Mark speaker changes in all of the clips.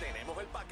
Speaker 1: Tenemos el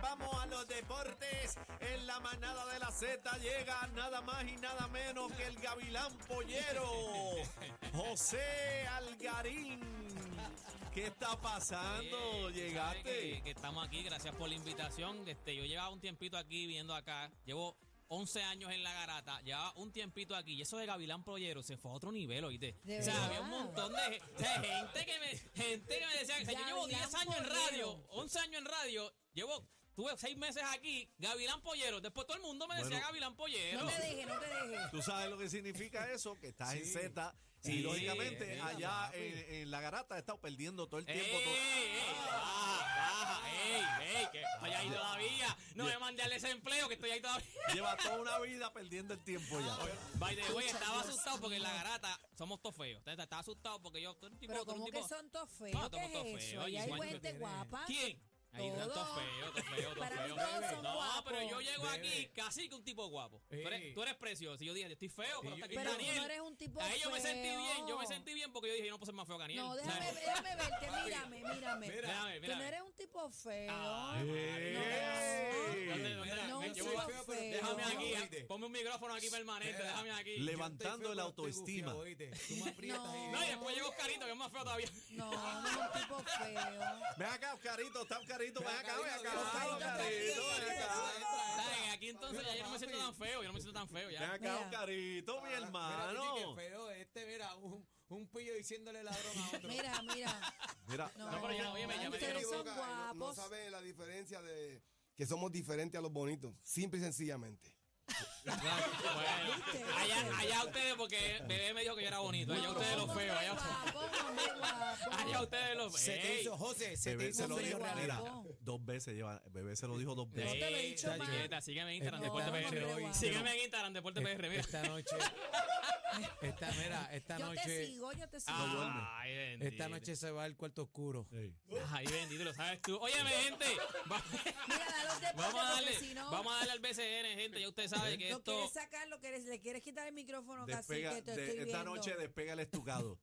Speaker 2: Vamos a los deportes. En la manada de la Z llega nada más y nada menos que el gavilán pollero. José Algarín. ¿Qué está pasando?
Speaker 3: Que,
Speaker 2: Llegaste.
Speaker 3: que estamos aquí, gracias por la invitación. Este, yo llevaba un tiempito aquí viendo acá, llevo 11 años en la garata, llevaba un tiempito aquí y eso de Gavilán Pollero se fue a otro nivel, oíste.
Speaker 4: De
Speaker 3: o sea,
Speaker 4: verdad.
Speaker 3: había un montón de, o sea, gente que me gente que me decía, o sea, yo llevo
Speaker 4: Gavilán
Speaker 3: 10 años en radio,
Speaker 4: Pollero.
Speaker 3: 11 años en radio, llevo tuve 6 meses aquí, Gavilán Pollero, después todo el mundo me decía
Speaker 2: Bueno.
Speaker 3: Gavilán Pollero.
Speaker 4: No te dejes, no te dejes.
Speaker 2: ¿Tú sabes lo que significa eso? Que estás en
Speaker 3: Sí.
Speaker 2: Z. Y
Speaker 3: Sí,
Speaker 2: lógicamente,
Speaker 3: venga,
Speaker 2: allá
Speaker 3: papi. Eh.
Speaker 2: en, en la garata he estado perdiendo todo el
Speaker 3: Ey,
Speaker 2: tiempo. todo-
Speaker 3: ey, baja, baja, ey, ey, que estoy ahí todavía. No me mandé al desempleo, que estoy ahí todavía.
Speaker 2: Lleva toda una vida perdiendo el tiempo ya.
Speaker 3: By the way, estaba asustado porque en la garata somos todos feos. Entonces, Estaba asustado porque yo. tú eres un tipo-
Speaker 4: Pero
Speaker 3: tú eres
Speaker 4: como
Speaker 3: un
Speaker 4: que
Speaker 3: tipo-
Speaker 4: son todos
Speaker 3: No,
Speaker 4: feos, ¿qué
Speaker 3: somos todos
Speaker 4: es eso?
Speaker 3: feos,
Speaker 4: Ahí
Speaker 3: igual
Speaker 4: hay
Speaker 3: que
Speaker 4: gente
Speaker 3: tienen.
Speaker 4: guapa.
Speaker 3: ¿Quién? Ahí
Speaker 4: Todos.
Speaker 3: están todos feos, todos feos, todos
Speaker 4: Para mí
Speaker 3: feos.
Speaker 4: todos son
Speaker 3: No,
Speaker 4: guapos.
Speaker 3: pero yo llego aquí casi que un tipo guapo. Tú eres, tú eres precioso. Y yo dije, yo estoy feo, pero está aquí
Speaker 4: Pero tú
Speaker 3: Daniel.
Speaker 4: no eres un tipo
Speaker 3: Ahí yo me sentí bien, yo me
Speaker 4: feo.
Speaker 3: sentí bien porque yo dije, yo no puedo ser más feo que Daniel.
Speaker 4: No, déjame,
Speaker 3: ¿Sabes?
Speaker 4: déjame verte, mírame, mírame.
Speaker 3: Mírame,
Speaker 4: Tú no
Speaker 3: mírame.
Speaker 4: eres un tipo feo.
Speaker 3: Ay,
Speaker 2: Ey.
Speaker 3: Yo te- mira,
Speaker 4: No,
Speaker 3: me
Speaker 4: un
Speaker 3: llevo-
Speaker 4: tipo feo.
Speaker 3: Déjame aquí, ah, ponme un micrófono aquí permanente, déjame aquí.
Speaker 2: Levantando la autoestima.
Speaker 4: No,
Speaker 3: No, y después llegó Carito, que es más feo todavía.
Speaker 4: no, no eres un tipo feo.
Speaker 2: Ven acá, Oscarito, está Oscarito, ven acá, ven acá,
Speaker 4: Oscarito,
Speaker 2: Oscarito, ven acá.
Speaker 3: ¿Sabes? Aquí entonces ya yo no me siento tan feo, yo no me siento tan feo
Speaker 2: Ven
Speaker 3: ya.
Speaker 2: acá,
Speaker 4: Mira.
Speaker 2: Oscarito, mi
Speaker 5: Ah,
Speaker 2: hermano.
Speaker 5: Pero este, mira, un, un pillo diciéndole la broma a otro.
Speaker 4: Mira, mira.
Speaker 2: Mira,
Speaker 4: No,
Speaker 3: pero ya, oye, me
Speaker 4: ustedes
Speaker 3: llamé,
Speaker 5: Se
Speaker 4: son
Speaker 5: equivoca, no, no
Speaker 4: guapos.
Speaker 5: sabe la diferencia de que somos diferentes a los bonitos, simple y sencillamente.
Speaker 3: Bueno, allá, allá ustedes, porque bebé me dijo que yo era bonito. Allá ustedes los feos, allá, allá ustedes los
Speaker 5: Se te hizo,
Speaker 3: feos.
Speaker 5: José, se te
Speaker 2: bebé
Speaker 5: hizo
Speaker 2: se lo
Speaker 4: hombre
Speaker 2: dijo,
Speaker 5: la
Speaker 4: guapo.
Speaker 2: mira, dos veces lleva, bebé se lo dijo dos
Speaker 3: Ey,
Speaker 2: veces.
Speaker 4: te lo he dicho,
Speaker 3: está
Speaker 4: ma.
Speaker 3: chiqueta, sígueme en Instagram,
Speaker 5: No,
Speaker 3: Deporte
Speaker 5: hombre,
Speaker 3: PR.
Speaker 5: guapo.
Speaker 3: Sígueme en Instagram, Deporte PR, mira.
Speaker 5: Esta noche, esta, mira, esta
Speaker 4: Yo te
Speaker 5: noche,
Speaker 4: sigo, yo te sigo.
Speaker 3: Ay, bendito.
Speaker 5: esta noche se va al cuarto oscuro.
Speaker 3: Ay, bendito, lo sabes tú. Óyeme, gente. va-
Speaker 4: Mira, da los deportes,
Speaker 3: Vamos a darle,
Speaker 4: porque si no-
Speaker 3: vamos a darle al BCN, gente. Ya usted sabe que
Speaker 4: Lo
Speaker 3: esto.
Speaker 4: quieres sacar, lo quieres, le quieres quitar el micrófono,
Speaker 2: Despega,
Speaker 4: casi que te
Speaker 2: de-
Speaker 4: estoy
Speaker 2: esta
Speaker 4: viendo.
Speaker 2: noche despega el estucado.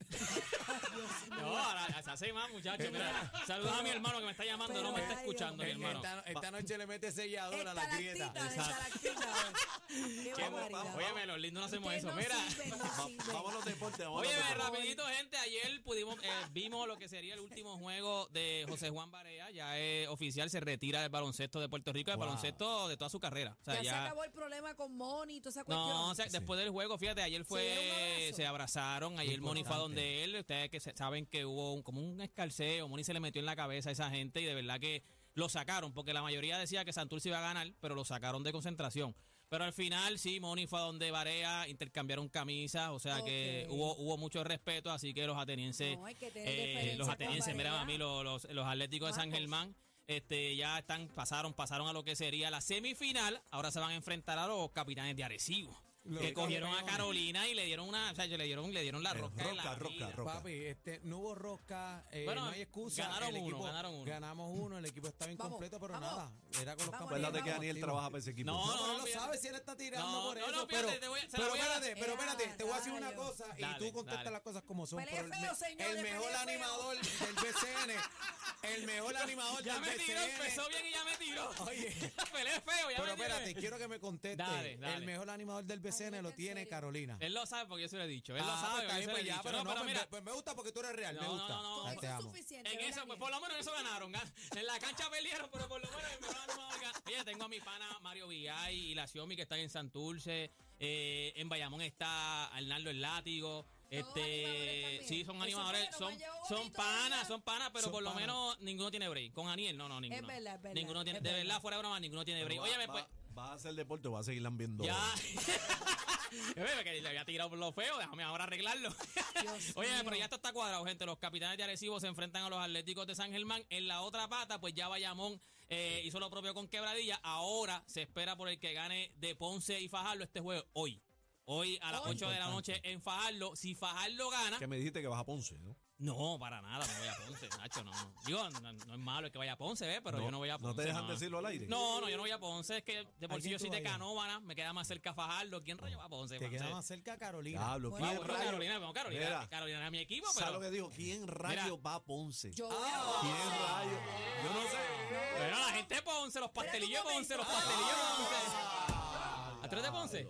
Speaker 3: No, ahora se hace más, muchachos. Mira, saludos a mi hermano que me está llamando, no me está
Speaker 4: Pero, ay,
Speaker 3: escuchando, mi
Speaker 4: Dios mío.
Speaker 3: hermano.
Speaker 5: Esta, esta noche le mete sellador a la
Speaker 4: Estalactita,
Speaker 5: grieta.
Speaker 4: estalactita. Qué barbaridad.
Speaker 3: Óyeme, los lindos no hacemos
Speaker 4: Ustedes
Speaker 3: eso.
Speaker 4: no
Speaker 3: Mira.
Speaker 4: sirven, no sirven.
Speaker 2: Vamos a los deportes, vamos a los
Speaker 3: Oye,
Speaker 2: deportes.
Speaker 3: rapidito, gente, ayer pudimos, eh, vimos lo que sería el último juego de José Juan Barea, ya es oficial, se retira del baloncesto de Puerto Rico, del
Speaker 2: Wow.
Speaker 3: baloncesto de toda su carrera. O sea,
Speaker 4: ya,
Speaker 3: ya,
Speaker 4: se acabó el problema con Moni y toda esa cuestión.
Speaker 3: no, o sea, después del juego, fíjate, ayer
Speaker 4: dieron un
Speaker 3: fue,
Speaker 4: abrazo.
Speaker 3: se abrazaron, ayer Moni fue a donde él, ustedes que se- saben que hubo un- como un escalceo, Moni se le metió en la cabeza a esa gente y de verdad que lo sacaron, porque la mayoría decía que Santurce iba a ganar, pero lo sacaron de concentración. Pero al final sí, Moni fue a donde Varea, intercambiaron camisas, o sea que
Speaker 4: Ok.
Speaker 3: hubo, hubo mucho respeto, así que los atenienses,
Speaker 4: No, hay que tener
Speaker 3: eh,
Speaker 4: deferencia
Speaker 3: los
Speaker 4: con
Speaker 3: atenienses, mira
Speaker 4: Barea.
Speaker 3: a mí, los, los, los atléticos de San
Speaker 4: Vamos.
Speaker 3: Germán, este, ya están, pasaron, pasaron a lo que sería la semifinal, ahora se van a enfrentar a los capitanes de Arecibo. que cogieron a Carolina y le dieron una, o sea, le dieron, le dieron la
Speaker 6: Eh,
Speaker 3: rosca. en la
Speaker 6: rosca, rosca,
Speaker 3: vida.
Speaker 6: rosca. Papi, este, no hubo rosca, eh,
Speaker 3: Bueno,
Speaker 6: no hay excusa.
Speaker 3: ganaron
Speaker 6: el
Speaker 3: uno,
Speaker 6: equipo-
Speaker 3: ganaron uno.
Speaker 6: Ganamos uno, el equipo estaba incompleto, pero nada. Era con los campeones.
Speaker 2: Acuérdate que
Speaker 6: estábamos
Speaker 2: Daniel
Speaker 6: activos.
Speaker 2: trabaja para ese equipo.
Speaker 6: No, no,
Speaker 2: No, no,
Speaker 6: no, lo sabe si él está tirando
Speaker 3: No,
Speaker 6: por
Speaker 3: no,
Speaker 6: eso.
Speaker 3: no, fíjate,
Speaker 6: pero,
Speaker 3: te voy a- se la
Speaker 6: pero
Speaker 3: voy a dar.
Speaker 6: espérate, pero espérate, te voy a decir una
Speaker 3: Rayo.
Speaker 6: cosa y
Speaker 3: Dale,
Speaker 6: tú contestas
Speaker 3: dale.
Speaker 6: las cosas como son.
Speaker 3: Pelea
Speaker 6: pero el me-
Speaker 3: feo, señores,
Speaker 6: el
Speaker 3: pelea
Speaker 6: mejor
Speaker 3: feo.
Speaker 6: animador del BCN, el mejor animador
Speaker 3: Ya
Speaker 6: del
Speaker 3: me tiró,
Speaker 6: BCN.
Speaker 3: empezó bien y ya me tiró.
Speaker 6: Oye.
Speaker 3: Pelé feo, ya
Speaker 6: Pero
Speaker 3: me tiró.
Speaker 6: espérate, quiero que me conteste.
Speaker 3: Dale, dale.
Speaker 6: El mejor animador del BCN lo tiene Carolina.
Speaker 3: Él lo sabe porque yo se lo he dicho. Él lo
Speaker 6: Ah,
Speaker 3: sabe
Speaker 6: pues está bien,
Speaker 3: porque yo se lo he
Speaker 6: pues ya,
Speaker 3: dicho.
Speaker 6: pero no, pues
Speaker 3: mira,
Speaker 6: me- pues me gusta porque tú eres real, me
Speaker 3: No, no,
Speaker 6: gusta.
Speaker 3: no, no.
Speaker 6: Ay, te amo.
Speaker 3: en eso, pues por lo menos en eso ganaron. gan- En la cancha perdieron, pero por lo menos en verdad no van a ganar. Oye, tengo a mi pana Mario Villay y la Xiomi que están en Santurce. eh, en Bayamón está Arnaldo el Látigo. Este, sí, son
Speaker 4: Eso
Speaker 3: animadores,
Speaker 4: fue lo
Speaker 3: son,
Speaker 4: más llegó
Speaker 3: son
Speaker 4: bonito,
Speaker 3: panas,
Speaker 4: ¿verdad?
Speaker 3: son panas, pero
Speaker 4: Son
Speaker 3: por lo
Speaker 4: panas.
Speaker 3: menos ninguno tiene break. Con Aniel, no, no, ninguno.
Speaker 4: verdad, es verdad,
Speaker 3: Ninguno tiene,
Speaker 4: es
Speaker 3: de
Speaker 4: verdad.
Speaker 3: verdad, fuera de broma, ninguno tiene break. Oye,
Speaker 2: va,
Speaker 3: pues,
Speaker 2: va a hacer deporte, va a seguir lambiendo.
Speaker 3: Ya. Bebé, que le había tirado por lo feo, déjame ahora arreglarlo. Oye, pero ya esto está cuadrado, gente. Los capitanes de Arecibo se enfrentan a los Atléticos de San Germán. En la otra pata, pues ya Bayamón eh, hizo lo propio con Quebradilla. Ahora se espera por el que gane de Ponce y Fajardo este juego hoy. Hoy a las
Speaker 2: Hoy.
Speaker 3: 8 de la noche en Fajardo. Si Fajardo gana,
Speaker 2: Que me dijiste que vas a Ponce, ¿no?
Speaker 3: no, para nada, no voy a Ponce, Nacho, no. no. Digo, no, no es malo el que vaya a Ponce, ¿ves? Pero
Speaker 2: No,
Speaker 3: yo no voy a
Speaker 2: ¿no te
Speaker 3: Ponce.
Speaker 2: dejan decirlo al aire?
Speaker 3: No, no, yo no voy a Ponce, es que de por sí
Speaker 6: quién
Speaker 3: yo
Speaker 6: tú
Speaker 3: soy de
Speaker 6: vas a ir?
Speaker 3: Canóvana, me queda más cerca Fajardo. ¿Quién rayo va a Ponce?
Speaker 6: Te
Speaker 3: Ponce?
Speaker 6: queda más cerca Carolina.
Speaker 2: Diablo,
Speaker 3: Ah, Bueno,
Speaker 2: ¿quién
Speaker 3: bueno,
Speaker 2: rayo?
Speaker 3: Carolina, vamos, Carolina,
Speaker 2: Mira,
Speaker 3: Carolina es mi equipo,
Speaker 2: ¿Sabes
Speaker 3: pero. Ah.
Speaker 2: lo que dijo? ¿Quién rayo va a Ponce?
Speaker 4: Yo
Speaker 2: ¿Quién
Speaker 4: voy a
Speaker 2: rayo? Yo no sé.
Speaker 3: Pero la gente de Ponce, los pastelillos de Ponce, los pastelillos de
Speaker 2: Ah.
Speaker 3: Ponce. ¿A tres de Ponce?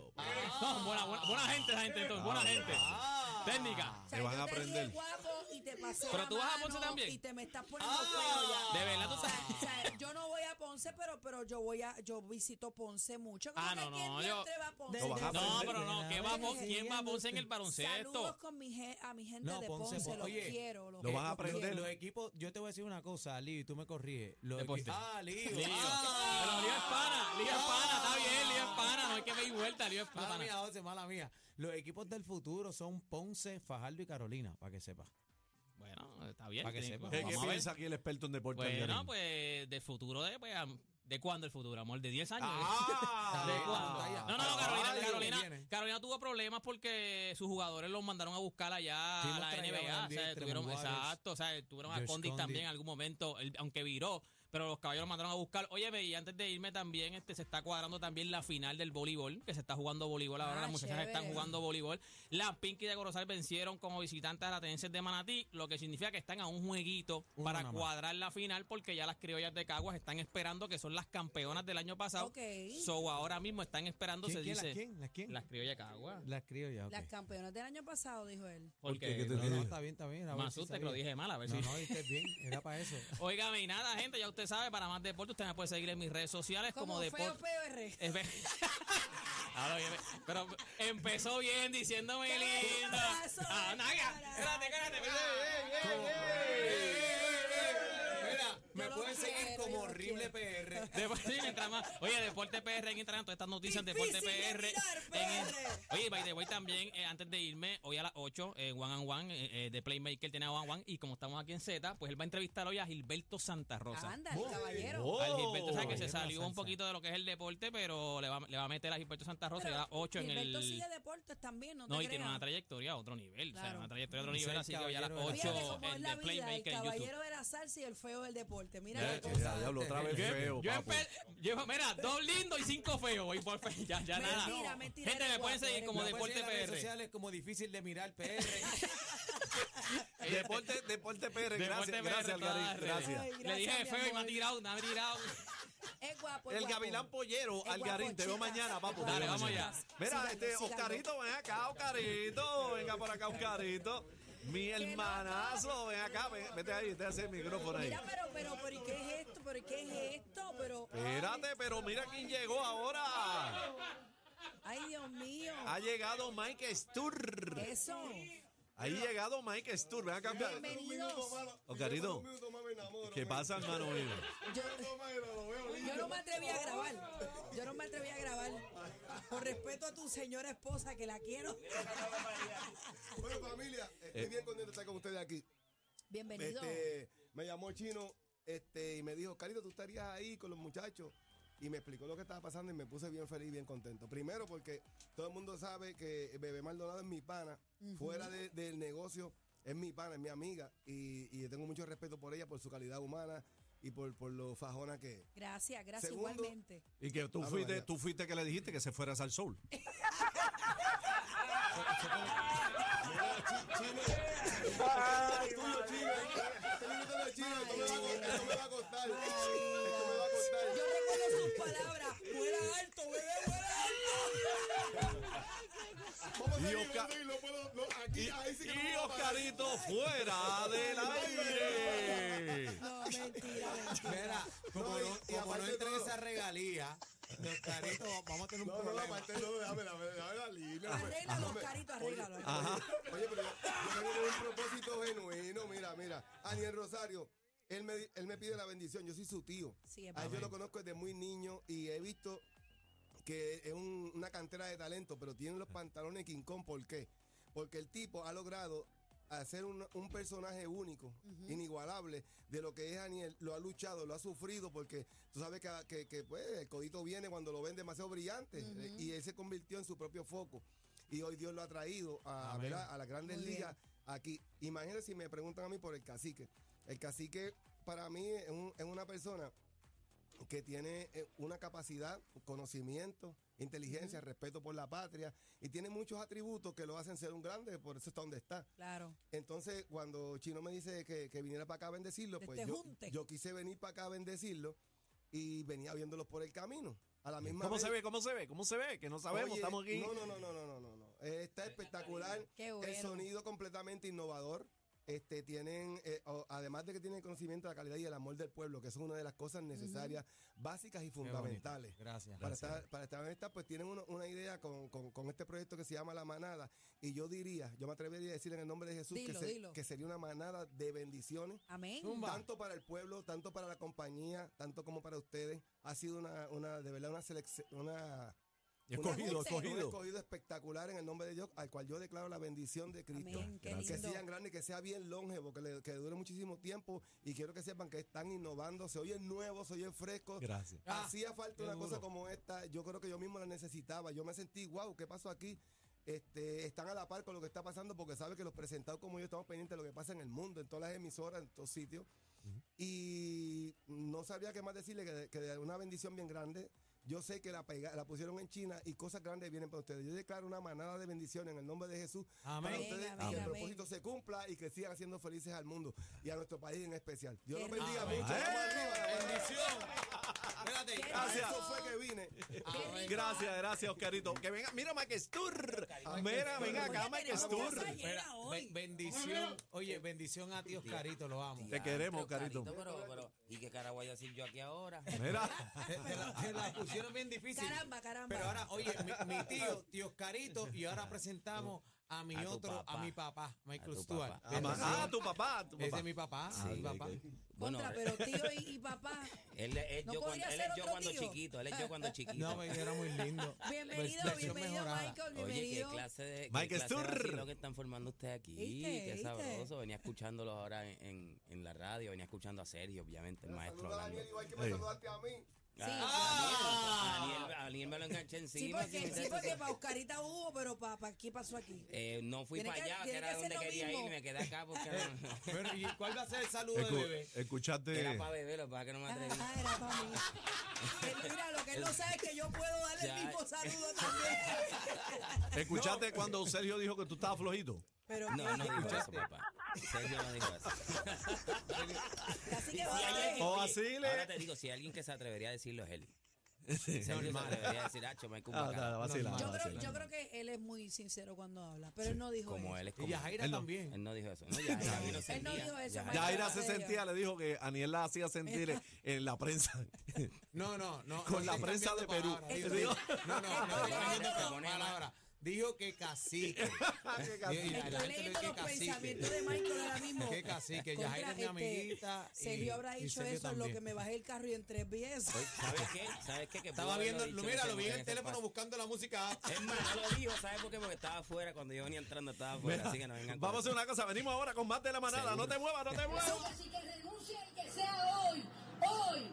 Speaker 3: No, buena, buena, buena gente esa gente, entonces, buena gente. Técnica.
Speaker 4: O sea, yo te dije guapo y te pasé
Speaker 3: Pero
Speaker 4: la
Speaker 3: tú vas a
Speaker 4: mano
Speaker 3: Ponce también. Ah.
Speaker 4: Y te me estás poniendo feo ya.
Speaker 3: De verdad, tú sabes.
Speaker 4: O sea, yo no voy a Ponce, pero, pero yo voy a, yo visito Ponce mucho. Como
Speaker 3: Ah,
Speaker 4: que
Speaker 3: no,
Speaker 4: ¿quién
Speaker 3: no, yo.
Speaker 4: diantre va a Ponce?
Speaker 3: No, pero no, ¿qué va a Ponce?
Speaker 4: Dejen-
Speaker 3: ¿quién va a Ponce en el
Speaker 4: Saludos
Speaker 3: baloncesto?
Speaker 4: con mi gen- a mi gente
Speaker 6: No,
Speaker 4: de
Speaker 6: Ponce,
Speaker 4: Ponce,
Speaker 6: Ponce.
Speaker 4: los
Speaker 6: Oye,
Speaker 4: quiero. Los
Speaker 6: Lo
Speaker 4: quiero,
Speaker 6: vas a
Speaker 4: los quiero.
Speaker 6: aprender. Los equipos, yo te voy a decir una cosa, Lee, tú me corriges. Los
Speaker 3: Deporte.
Speaker 6: equi- Ah, Lee.
Speaker 3: Lío. Pero
Speaker 6: Ah.
Speaker 3: Lío es pana, Lío es pana, está bien, Lío es pana, no hay que pedir vuelta, Lío es
Speaker 6: Mala mía,
Speaker 3: pana.
Speaker 6: José, mala mía. Los equipos del futuro son Ponce, Fajardo y Carolina, para que sepas.
Speaker 3: Bueno, está bien.
Speaker 6: Para que
Speaker 3: tiene-
Speaker 6: sepa.
Speaker 2: ¿Qué,
Speaker 3: vamos
Speaker 2: qué
Speaker 3: a ver.
Speaker 2: piensa aquí el experto en deporte?
Speaker 3: Bueno,
Speaker 2: Adrián?
Speaker 3: pues del futuro de, pues, am- ¿de cuándo el futuro, amor? ¿De 10 años?
Speaker 2: Ah,
Speaker 3: ¿De
Speaker 2: está
Speaker 3: cuándo?
Speaker 2: bien, está
Speaker 3: No, no, no,
Speaker 2: bien.
Speaker 3: Carolina,
Speaker 2: Caballo que
Speaker 3: Carolina,
Speaker 2: viene.
Speaker 3: Carolina tuvo problemas porque sus jugadores los mandaron a buscar allá
Speaker 6: Sí,
Speaker 3: a la
Speaker 6: hemos traído a
Speaker 3: NBA. O
Speaker 6: Brandis,
Speaker 3: sea, tuvieron,
Speaker 6: Tremont Waters,
Speaker 3: exacto, o sea, tuvieron a
Speaker 6: Josh
Speaker 3: Condis también
Speaker 6: Condit.
Speaker 3: en algún momento, él- aunque viró, pero los caballos los mandaron a buscar. Oye, ve, y antes de irme también, este se está cuadrando también la final del voleibol, que se está jugando voleibol ahora,
Speaker 4: Ah,
Speaker 3: las muchachas están
Speaker 4: chévere.
Speaker 3: jugando voleibol. Las Pinky de Corozal vencieron como visitantes a las Atenienses de Manatí, lo que significa que están a un jueguito
Speaker 6: Uno
Speaker 3: para
Speaker 6: nada más.
Speaker 3: cuadrar la final porque ya las criollas de Caguas están esperando que son las campeonas del año pasado.
Speaker 4: Ok.
Speaker 3: So ahora mismo están esperando, se
Speaker 6: ¿Quién, quién,
Speaker 3: dice.
Speaker 6: ¿Las quién? ¿Las quién?
Speaker 3: Las criollas de Caguas.
Speaker 6: Las crío ya, ok.
Speaker 4: Las campeonas del año pasado, dijo él.
Speaker 2: qué? ¿Qué
Speaker 3: Porque
Speaker 2: te-
Speaker 6: No, no, está bien, está bien. era
Speaker 3: me
Speaker 6: ver si
Speaker 3: asusté que lo
Speaker 6: sabía.
Speaker 3: dije mal, a ver
Speaker 6: No,
Speaker 3: si.
Speaker 6: no, viste bien, era para eso.
Speaker 3: Óigame, y nada, gente, ya usted sabe, para más deporte, usted me puede seguir en mis redes sociales como,
Speaker 4: Como feo
Speaker 3: deporte.
Speaker 4: PR.
Speaker 3: Es ve- Ahora viene- Pero empezó bien diciéndome
Speaker 4: Qué
Speaker 3: lindo.
Speaker 4: abrazo,
Speaker 3: Ah,
Speaker 4: eh,
Speaker 3: naga, espérate, espérate, espérate.
Speaker 6: Mira, me
Speaker 4: lo
Speaker 6: pueden seguir
Speaker 4: quiero,
Speaker 6: como
Speaker 4: yo lo
Speaker 6: horrible
Speaker 4: quiero.
Speaker 6: PR.
Speaker 3: Depo- sí, mientras más- Oye, Deporte PR en Instagram, todas estas noticias en Deporte
Speaker 4: Difícil de
Speaker 3: PR.
Speaker 4: mirar,
Speaker 3: en-
Speaker 4: PR.
Speaker 3: oye, by the way, también, eh, antes de irme, hoy a las 8, eh, One and One, eh, eh, de Playmaker tiene a One and One, y como estamos aquí en Z, pues él va a entrevistar hoy a Gilberto Santa Rosa.
Speaker 4: Anda, el caballero.
Speaker 2: Oh.
Speaker 3: Al Gilberto, ¿sabes que se
Speaker 6: Caballero
Speaker 3: salió
Speaker 6: salsa.
Speaker 3: un poquito de lo que es el deporte, pero le va, le va a meter a Gilberto Santa Rosa y a las 8 en
Speaker 4: Gilberto
Speaker 3: el.
Speaker 4: sigue deportes también, no,
Speaker 3: No,
Speaker 4: te
Speaker 3: y tiene
Speaker 4: creas.
Speaker 3: una trayectoria a otro nivel. O sea,
Speaker 4: Claro.
Speaker 3: una trayectoria a otro
Speaker 6: Es
Speaker 3: nivel,
Speaker 6: el
Speaker 3: así que hoy a las
Speaker 6: caballero de la
Speaker 3: 8
Speaker 4: Fíjate
Speaker 6: salsa.
Speaker 4: cómo es
Speaker 3: en
Speaker 4: la
Speaker 3: The
Speaker 4: vida, el
Speaker 3: Playmaker en YouTube.
Speaker 4: caballero de la salsa y el feo del deporte. Mira
Speaker 2: Ya,
Speaker 4: qué cosa.
Speaker 2: ya, diablo, otra vez
Speaker 3: Yo,
Speaker 2: feo.
Speaker 3: yo
Speaker 2: papo.
Speaker 3: empe- yo- mira, dos lindos y cinco feos. Voy por fe- ya, ya
Speaker 4: Mentira,
Speaker 3: nada.
Speaker 4: mentira,
Speaker 3: Gente, me
Speaker 4: eres
Speaker 3: pueden
Speaker 4: guapo,
Speaker 3: seguir
Speaker 4: eres
Speaker 3: como
Speaker 6: Me pueden
Speaker 3: Deporte
Speaker 6: seguir en las redes
Speaker 3: PR.
Speaker 6: sociales como difícil de mirar PR.
Speaker 2: Deporte, deporte PR,
Speaker 3: Eh, Deporte
Speaker 2: gracias,
Speaker 3: PR,
Speaker 2: gracias,
Speaker 3: todas
Speaker 2: Algarín,
Speaker 3: las redes.
Speaker 2: gracias.
Speaker 4: Ay,
Speaker 3: Le
Speaker 4: gracias,
Speaker 3: dije
Speaker 4: mi
Speaker 3: feo y me ha
Speaker 4: amor.
Speaker 3: tirado, me ha tirado.
Speaker 4: Es guapo, es
Speaker 2: El
Speaker 4: guapo.
Speaker 2: Gavilán Pollero,
Speaker 4: Es
Speaker 2: Algarín,
Speaker 4: guapo,
Speaker 2: te veo
Speaker 4: chicas.
Speaker 2: mañana, papo.
Speaker 3: Dale,
Speaker 2: te veo
Speaker 3: vamos
Speaker 2: mañana.
Speaker 3: allá.
Speaker 2: Mira,
Speaker 4: Síganlo,
Speaker 2: este,
Speaker 4: síganlo.
Speaker 2: Oscarito, ven acá, Oscarito. Venga por acá, Oscarito. Mi hermanazo, ven acá, ven- vete ahí, te hace el micrófono ahí.
Speaker 4: Mira, pero, pero, pero, ¿y qué es esto? ¿Pero y qué es esto? Pero,
Speaker 2: Espérate, pero mira quién llegó ahora.
Speaker 4: ay, Dios mío.
Speaker 2: Ha llegado Mike Sturr.
Speaker 4: Eso.
Speaker 2: Ha llegado Mike Sturr. Ven acá, Oscar-
Speaker 4: Bienvenidos.
Speaker 2: Oscarito. ¿Qué pasa, hermano mío?
Speaker 4: Yo, yo no me atreví a grabar. Yo no me atreví a grabar. Por respeto a tu señora esposa, que la quiero.
Speaker 7: Bueno, familia,
Speaker 2: Eh.
Speaker 7: estoy bien contento de estar con ustedes aquí.
Speaker 4: Bienvenido.
Speaker 3: Eh,
Speaker 7: Este, me llamó el chino este, y me dijo, Carito, tú estarías ahí con los muchachos
Speaker 3: y me explicó lo que estaba pasando y me puse bien feliz, bien contento. Primero porque todo el mundo sabe que Bebé Maldonado es mi pana,
Speaker 8: Ujú.
Speaker 3: fuera de- del negocio, es mi pana, es mi amiga y, y yo tengo mucho respeto por ella, por su calidad humana y por, por lo fajona que es.
Speaker 9: Gracias, gracias
Speaker 3: Segundo,
Speaker 9: igualmente.
Speaker 2: Y que tú
Speaker 3: Vamos
Speaker 2: fuiste,
Speaker 3: allá.
Speaker 2: tú fuiste que le dijiste que se fuera al sol.
Speaker 3: Ay, Tú, yo, chino, tú, yo, tú, yo, chino, tú me vas a costar, tú me vas a costar. Tú me vas a costar.
Speaker 9: Yo recuerdo sus palabras. Fuera alto, bebé, fuera alto.
Speaker 3: Vamos a
Speaker 2: Y
Speaker 3: seguir,
Speaker 2: Oscar-
Speaker 3: vamos a seguir, no puedo- no, aquí,
Speaker 2: Y,
Speaker 3: ahí sí que no
Speaker 2: y
Speaker 3: puedo parar.
Speaker 2: Oscarito fuera del aire.
Speaker 9: No, mentira, mentira.
Speaker 7: Mira, como
Speaker 3: No, y-
Speaker 7: no,
Speaker 3: y
Speaker 7: como no
Speaker 3: aparte
Speaker 7: entre
Speaker 3: todo.
Speaker 7: esa regalía, los caritos, vamos a tener un
Speaker 3: No, no,
Speaker 7: problema.
Speaker 3: aparte no, déjame, déjame, déjame la línea.
Speaker 9: Arréglalo,
Speaker 3: Hombre,
Speaker 9: Oscarito, arréglalo.
Speaker 3: Oye, pero yo, yo vengo con un propósito genuino, mira, mira. Aniel Rosario, él me, di- él me pide la bendición, yo soy su tío.
Speaker 9: Sí, es
Speaker 3: A él yo
Speaker 9: verdad.
Speaker 3: lo conozco desde muy niño y he visto que es un- una cantera de talento, pero tiene los pantalones King Kong, ¿por qué? Porque el tipo ha logrado hacer un, un personaje único, inigualable, de lo que es Daniel, lo ha luchado, lo ha sufrido, porque tú sabes que, que- que, pues, el codito viene cuando lo ven demasiado brillante, eh, y él se convirtió en su propio foco, y hoy Dios lo ha traído a,
Speaker 7: Amén.
Speaker 3: ¿verdad? a las grandes
Speaker 9: Muy bien.
Speaker 3: ligas aquí. Imagínense si me preguntan a mí por el cacique. El cacique para mí es, un- es una persona que tiene eh, una capacidad, conocimiento, inteligencia, respeto por la patria y tiene muchos atributos que lo hacen ser un grande, por eso está donde está.
Speaker 9: Claro.
Speaker 3: Entonces, cuando Chino me dice que, que viniera para acá a bendecirlo,
Speaker 9: De
Speaker 3: pues
Speaker 9: este
Speaker 3: yo,
Speaker 9: junte.
Speaker 3: yo quise venir para acá a bendecirlo y venía viéndolos por el camino. A la misma
Speaker 2: ¿Cómo
Speaker 3: vez-
Speaker 2: se ve? ¿Cómo se ve? ¿Cómo se ve? Que no sabemos,
Speaker 3: Oye,
Speaker 2: estamos aquí.
Speaker 3: No, no, no, no, no, no, no, no. Eh, Está espectacular.
Speaker 9: Qué bueno.
Speaker 3: El sonido completamente innovador. Este, tienen, eh, o- además de que tienen conocimiento de la calidad y el amor del pueblo, que son una de las cosas necesarias, básicas y
Speaker 7: bonito.
Speaker 3: fundamentales.
Speaker 7: Gracias.
Speaker 3: Para estar, para estar en esta, pues tienen uno- una idea con, con- con este proyecto que se llama La Manada. Y yo diría, yo me atrevería a decir en el nombre de Jesús
Speaker 9: Dilo,
Speaker 3: que, se-
Speaker 9: dilo.
Speaker 3: que sería una manada de bendiciones.
Speaker 9: Amén.
Speaker 3: Tanto para el pueblo, tanto para la compañía, tanto como para ustedes. Ha sido una, una de verdad, una selección, una
Speaker 2: Escogido,
Speaker 3: un
Speaker 2: escogido.
Speaker 3: escogido espectacular en el nombre de Dios, al cual yo declaro la bendición de Cristo.
Speaker 9: Amén, qué
Speaker 3: Que
Speaker 9: lindo.
Speaker 3: sean grandes, que sea bien longevo, que, le- que dure muchísimo tiempo. Y quiero que sepan que están innovando, se oyen nuevos, se oyen frescos.
Speaker 2: Gracias.
Speaker 3: Hacía falta
Speaker 7: qué
Speaker 3: una cosa
Speaker 7: duro.
Speaker 3: como esta. Yo creo que yo mismo la necesitaba. Yo me sentí, wow, ¿qué pasó aquí? Este, están a la par con lo que está pasando porque saben que los presentados como yo estamos pendientes de lo que pasa en el mundo, en todas las emisoras, en todos sitios. Y no sabía qué más decirle que, de- que de una bendición bien grande. Yo sé que la, pega- la pusieron en China y cosas grandes vienen para ustedes. Yo declaro una manada de bendiciones en el nombre de Jesús
Speaker 7: Amén.
Speaker 3: para ustedes
Speaker 9: Amén,
Speaker 3: que el
Speaker 9: amén.
Speaker 3: propósito se cumpla y que sigan haciendo felices al mundo y a nuestro país en especial. Dios
Speaker 9: Qué
Speaker 3: los bendiga
Speaker 7: rico.
Speaker 3: mucho. Vamos arriba.
Speaker 10: Bendición. Espérate.
Speaker 9: Qué
Speaker 3: A
Speaker 2: Gracias.
Speaker 3: Eso fue que vine.
Speaker 9: rico.
Speaker 2: Gracias, gracias, Oscarito. Que venga, mira, Mike Stur. Mira, ven acá,
Speaker 9: Oye,
Speaker 2: Mike
Speaker 9: tenemos
Speaker 2: Stur.
Speaker 9: casa llena
Speaker 7: Espera,
Speaker 9: hoy.
Speaker 7: ben- bendición. Oye, bendición a ti, Oscarito, lo amo.
Speaker 2: Te queremos, Oscarito.
Speaker 11: Pero, pero, ¿y qué cara voy a decir yo aquí ahora?
Speaker 2: Mira.
Speaker 7: Te, te la, te la pusieron bien difícil.
Speaker 9: Caramba, caramba.
Speaker 7: Pero ahora, oye, mi, mi tío, tío Oscarito, y ahora presentamos a mi
Speaker 11: A tu
Speaker 7: otro, a
Speaker 11: papá.
Speaker 7: mi papá,
Speaker 11: A
Speaker 7: Michael
Speaker 11: tu
Speaker 7: Stewart.
Speaker 11: papá.
Speaker 7: Bendición.
Speaker 2: Ah, tu papá, tu
Speaker 7: Es
Speaker 2: papá.
Speaker 7: de mi papá,
Speaker 11: Sí,
Speaker 7: mi papá.
Speaker 11: ok. Bueno, eh.
Speaker 9: Contra, pero tío y, y papá.
Speaker 11: él es
Speaker 9: ¿No
Speaker 11: yo
Speaker 9: podría
Speaker 11: cuando, él
Speaker 9: ser
Speaker 11: es yo
Speaker 9: otro
Speaker 11: cuando
Speaker 9: tío?
Speaker 11: chiquito, él es yo cuando chiquito. Eh,
Speaker 7: No, baby, era muy lindo.
Speaker 9: Bienvenido,
Speaker 7: Versión
Speaker 9: bienvenido,
Speaker 7: mejorada.
Speaker 9: Michael.
Speaker 11: Oye, qué
Speaker 9: Bienvenido.
Speaker 11: clase de,
Speaker 2: Mike
Speaker 11: qué clase de
Speaker 2: Sturr.
Speaker 11: vacilo que están formando ustedes aquí.
Speaker 9: ¿Viste?
Speaker 11: Qué
Speaker 9: ¿Viste?
Speaker 11: sabroso. Venía escuchándolos ahora en, en, en la radio, venía escuchando a Sergio, obviamente, el maestro
Speaker 3: Saluda a
Speaker 11: hablando.
Speaker 3: Daniel igual que me
Speaker 2: Ey.
Speaker 3: saludaste a mí.
Speaker 11: Ah, Daniel, Daniel- Daniel me lo enganché
Speaker 9: Sí,
Speaker 11: encima.
Speaker 9: porque, sí, porque para Oscarita hubo, pero para, para ¿qué pasó aquí?
Speaker 11: Eh, no fui
Speaker 9: Tiene
Speaker 11: para
Speaker 9: que-
Speaker 11: allá, que
Speaker 9: tiene
Speaker 11: era
Speaker 9: que hacer
Speaker 11: donde
Speaker 9: lo
Speaker 11: quería
Speaker 9: mismo.
Speaker 11: ir, me quedé acá porque no-
Speaker 7: Bueno, ¿y cuál va a ser el saludo de bebé?
Speaker 2: Escu-
Speaker 11: era
Speaker 2: escuchaste.
Speaker 11: para beber, lo que pasa es que no me atreví.
Speaker 9: Ah, era para mí. Él- Mira, lo que él no sabe es que yo puedo darle
Speaker 11: Ya.
Speaker 9: el mismo saludo también.
Speaker 2: Escuchaste cuando Sergio dijo que tú estabas flojito.
Speaker 9: Pero
Speaker 11: No, no dijo eso, papá. Sergio no dijo eso.
Speaker 9: así que va
Speaker 2: O
Speaker 11: Oye,
Speaker 2: vacile.
Speaker 11: Ahora te digo, si hay alguien que se atrevería a decirlo es él. Sergio se atrevería a decir, Acho, me
Speaker 2: Ah, nada, vacila,
Speaker 9: Yo creo,
Speaker 2: vacila.
Speaker 9: yo creo que él es muy sincero cuando habla, pero él no dijo
Speaker 11: Como
Speaker 9: eso.
Speaker 11: él es como
Speaker 7: Y Yajaira
Speaker 2: Él no.
Speaker 7: también.
Speaker 11: Él no dijo eso. No, ya, ya, no
Speaker 9: Él no
Speaker 11: sentía.
Speaker 9: dijo eso,
Speaker 11: Ya,
Speaker 9: Mike.
Speaker 2: Yaira se
Speaker 9: Sergio.
Speaker 2: sentía, le dijo que Aniel la hacía sentir en- en la prensa.
Speaker 7: No, no, no. no
Speaker 2: Con la
Speaker 7: estoy
Speaker 2: prensa de
Speaker 7: cambiando
Speaker 2: Perú.
Speaker 7: palabras, dijo. No, no, no.
Speaker 9: Estoy
Speaker 7: estoy cambiando
Speaker 11: leyendo-
Speaker 7: palabras. Dijo que cacique. Y la
Speaker 9: Estoy
Speaker 7: gente le
Speaker 9: leyendo
Speaker 7: dice
Speaker 9: los
Speaker 7: cacique.
Speaker 9: pensamientos de Michael ahora mismo.
Speaker 7: Qué cacique,
Speaker 9: Contra,
Speaker 7: Yajaira es mi
Speaker 9: este,
Speaker 7: amiguita y-
Speaker 9: Sergio habrá
Speaker 7: y
Speaker 9: dicho
Speaker 7: Sergio
Speaker 9: eso en lo
Speaker 7: también.
Speaker 9: que me bajé el carro y entré pies.
Speaker 11: Oye, ¿Sabes qué? ¿Sabes qué? Que pudo
Speaker 7: Estaba
Speaker 11: haberlo
Speaker 7: viendo,
Speaker 11: dicho
Speaker 7: mira,
Speaker 11: ese
Speaker 7: lo vi en el
Speaker 11: ese
Speaker 7: teléfono
Speaker 11: paso.
Speaker 7: buscando la música.
Speaker 11: Es más, no lo dijo, ¿sabes por qué? Porque estaba afuera, cuando yo venía entrando estaba afuera, así que no vengan con
Speaker 2: Vamos a hacer
Speaker 11: eso.
Speaker 2: una cosa, venimos ahora con más de la manada. No te muevas, no te muevas.
Speaker 12: Así que renuncia y que sea hoy, hoy.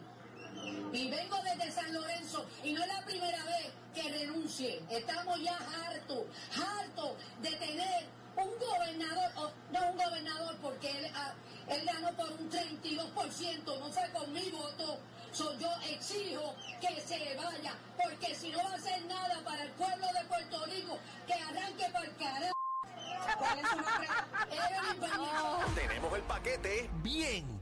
Speaker 3: Y vengo desde San Lorenzo y no es la primera vez que renuncie. Estamos ya hartos, hartos de tener un gobernador, o, no un gobernador porque él, ah, él ganó por un 32%, no fue con mi voto. So, yo exijo que se vaya, porque si no va a hacer nada para el pueblo de Puerto Rico, que arranque para el carajo. ¿Cuál es su nombre? Evelyn Bernier.
Speaker 2: Tenemos el paquete bien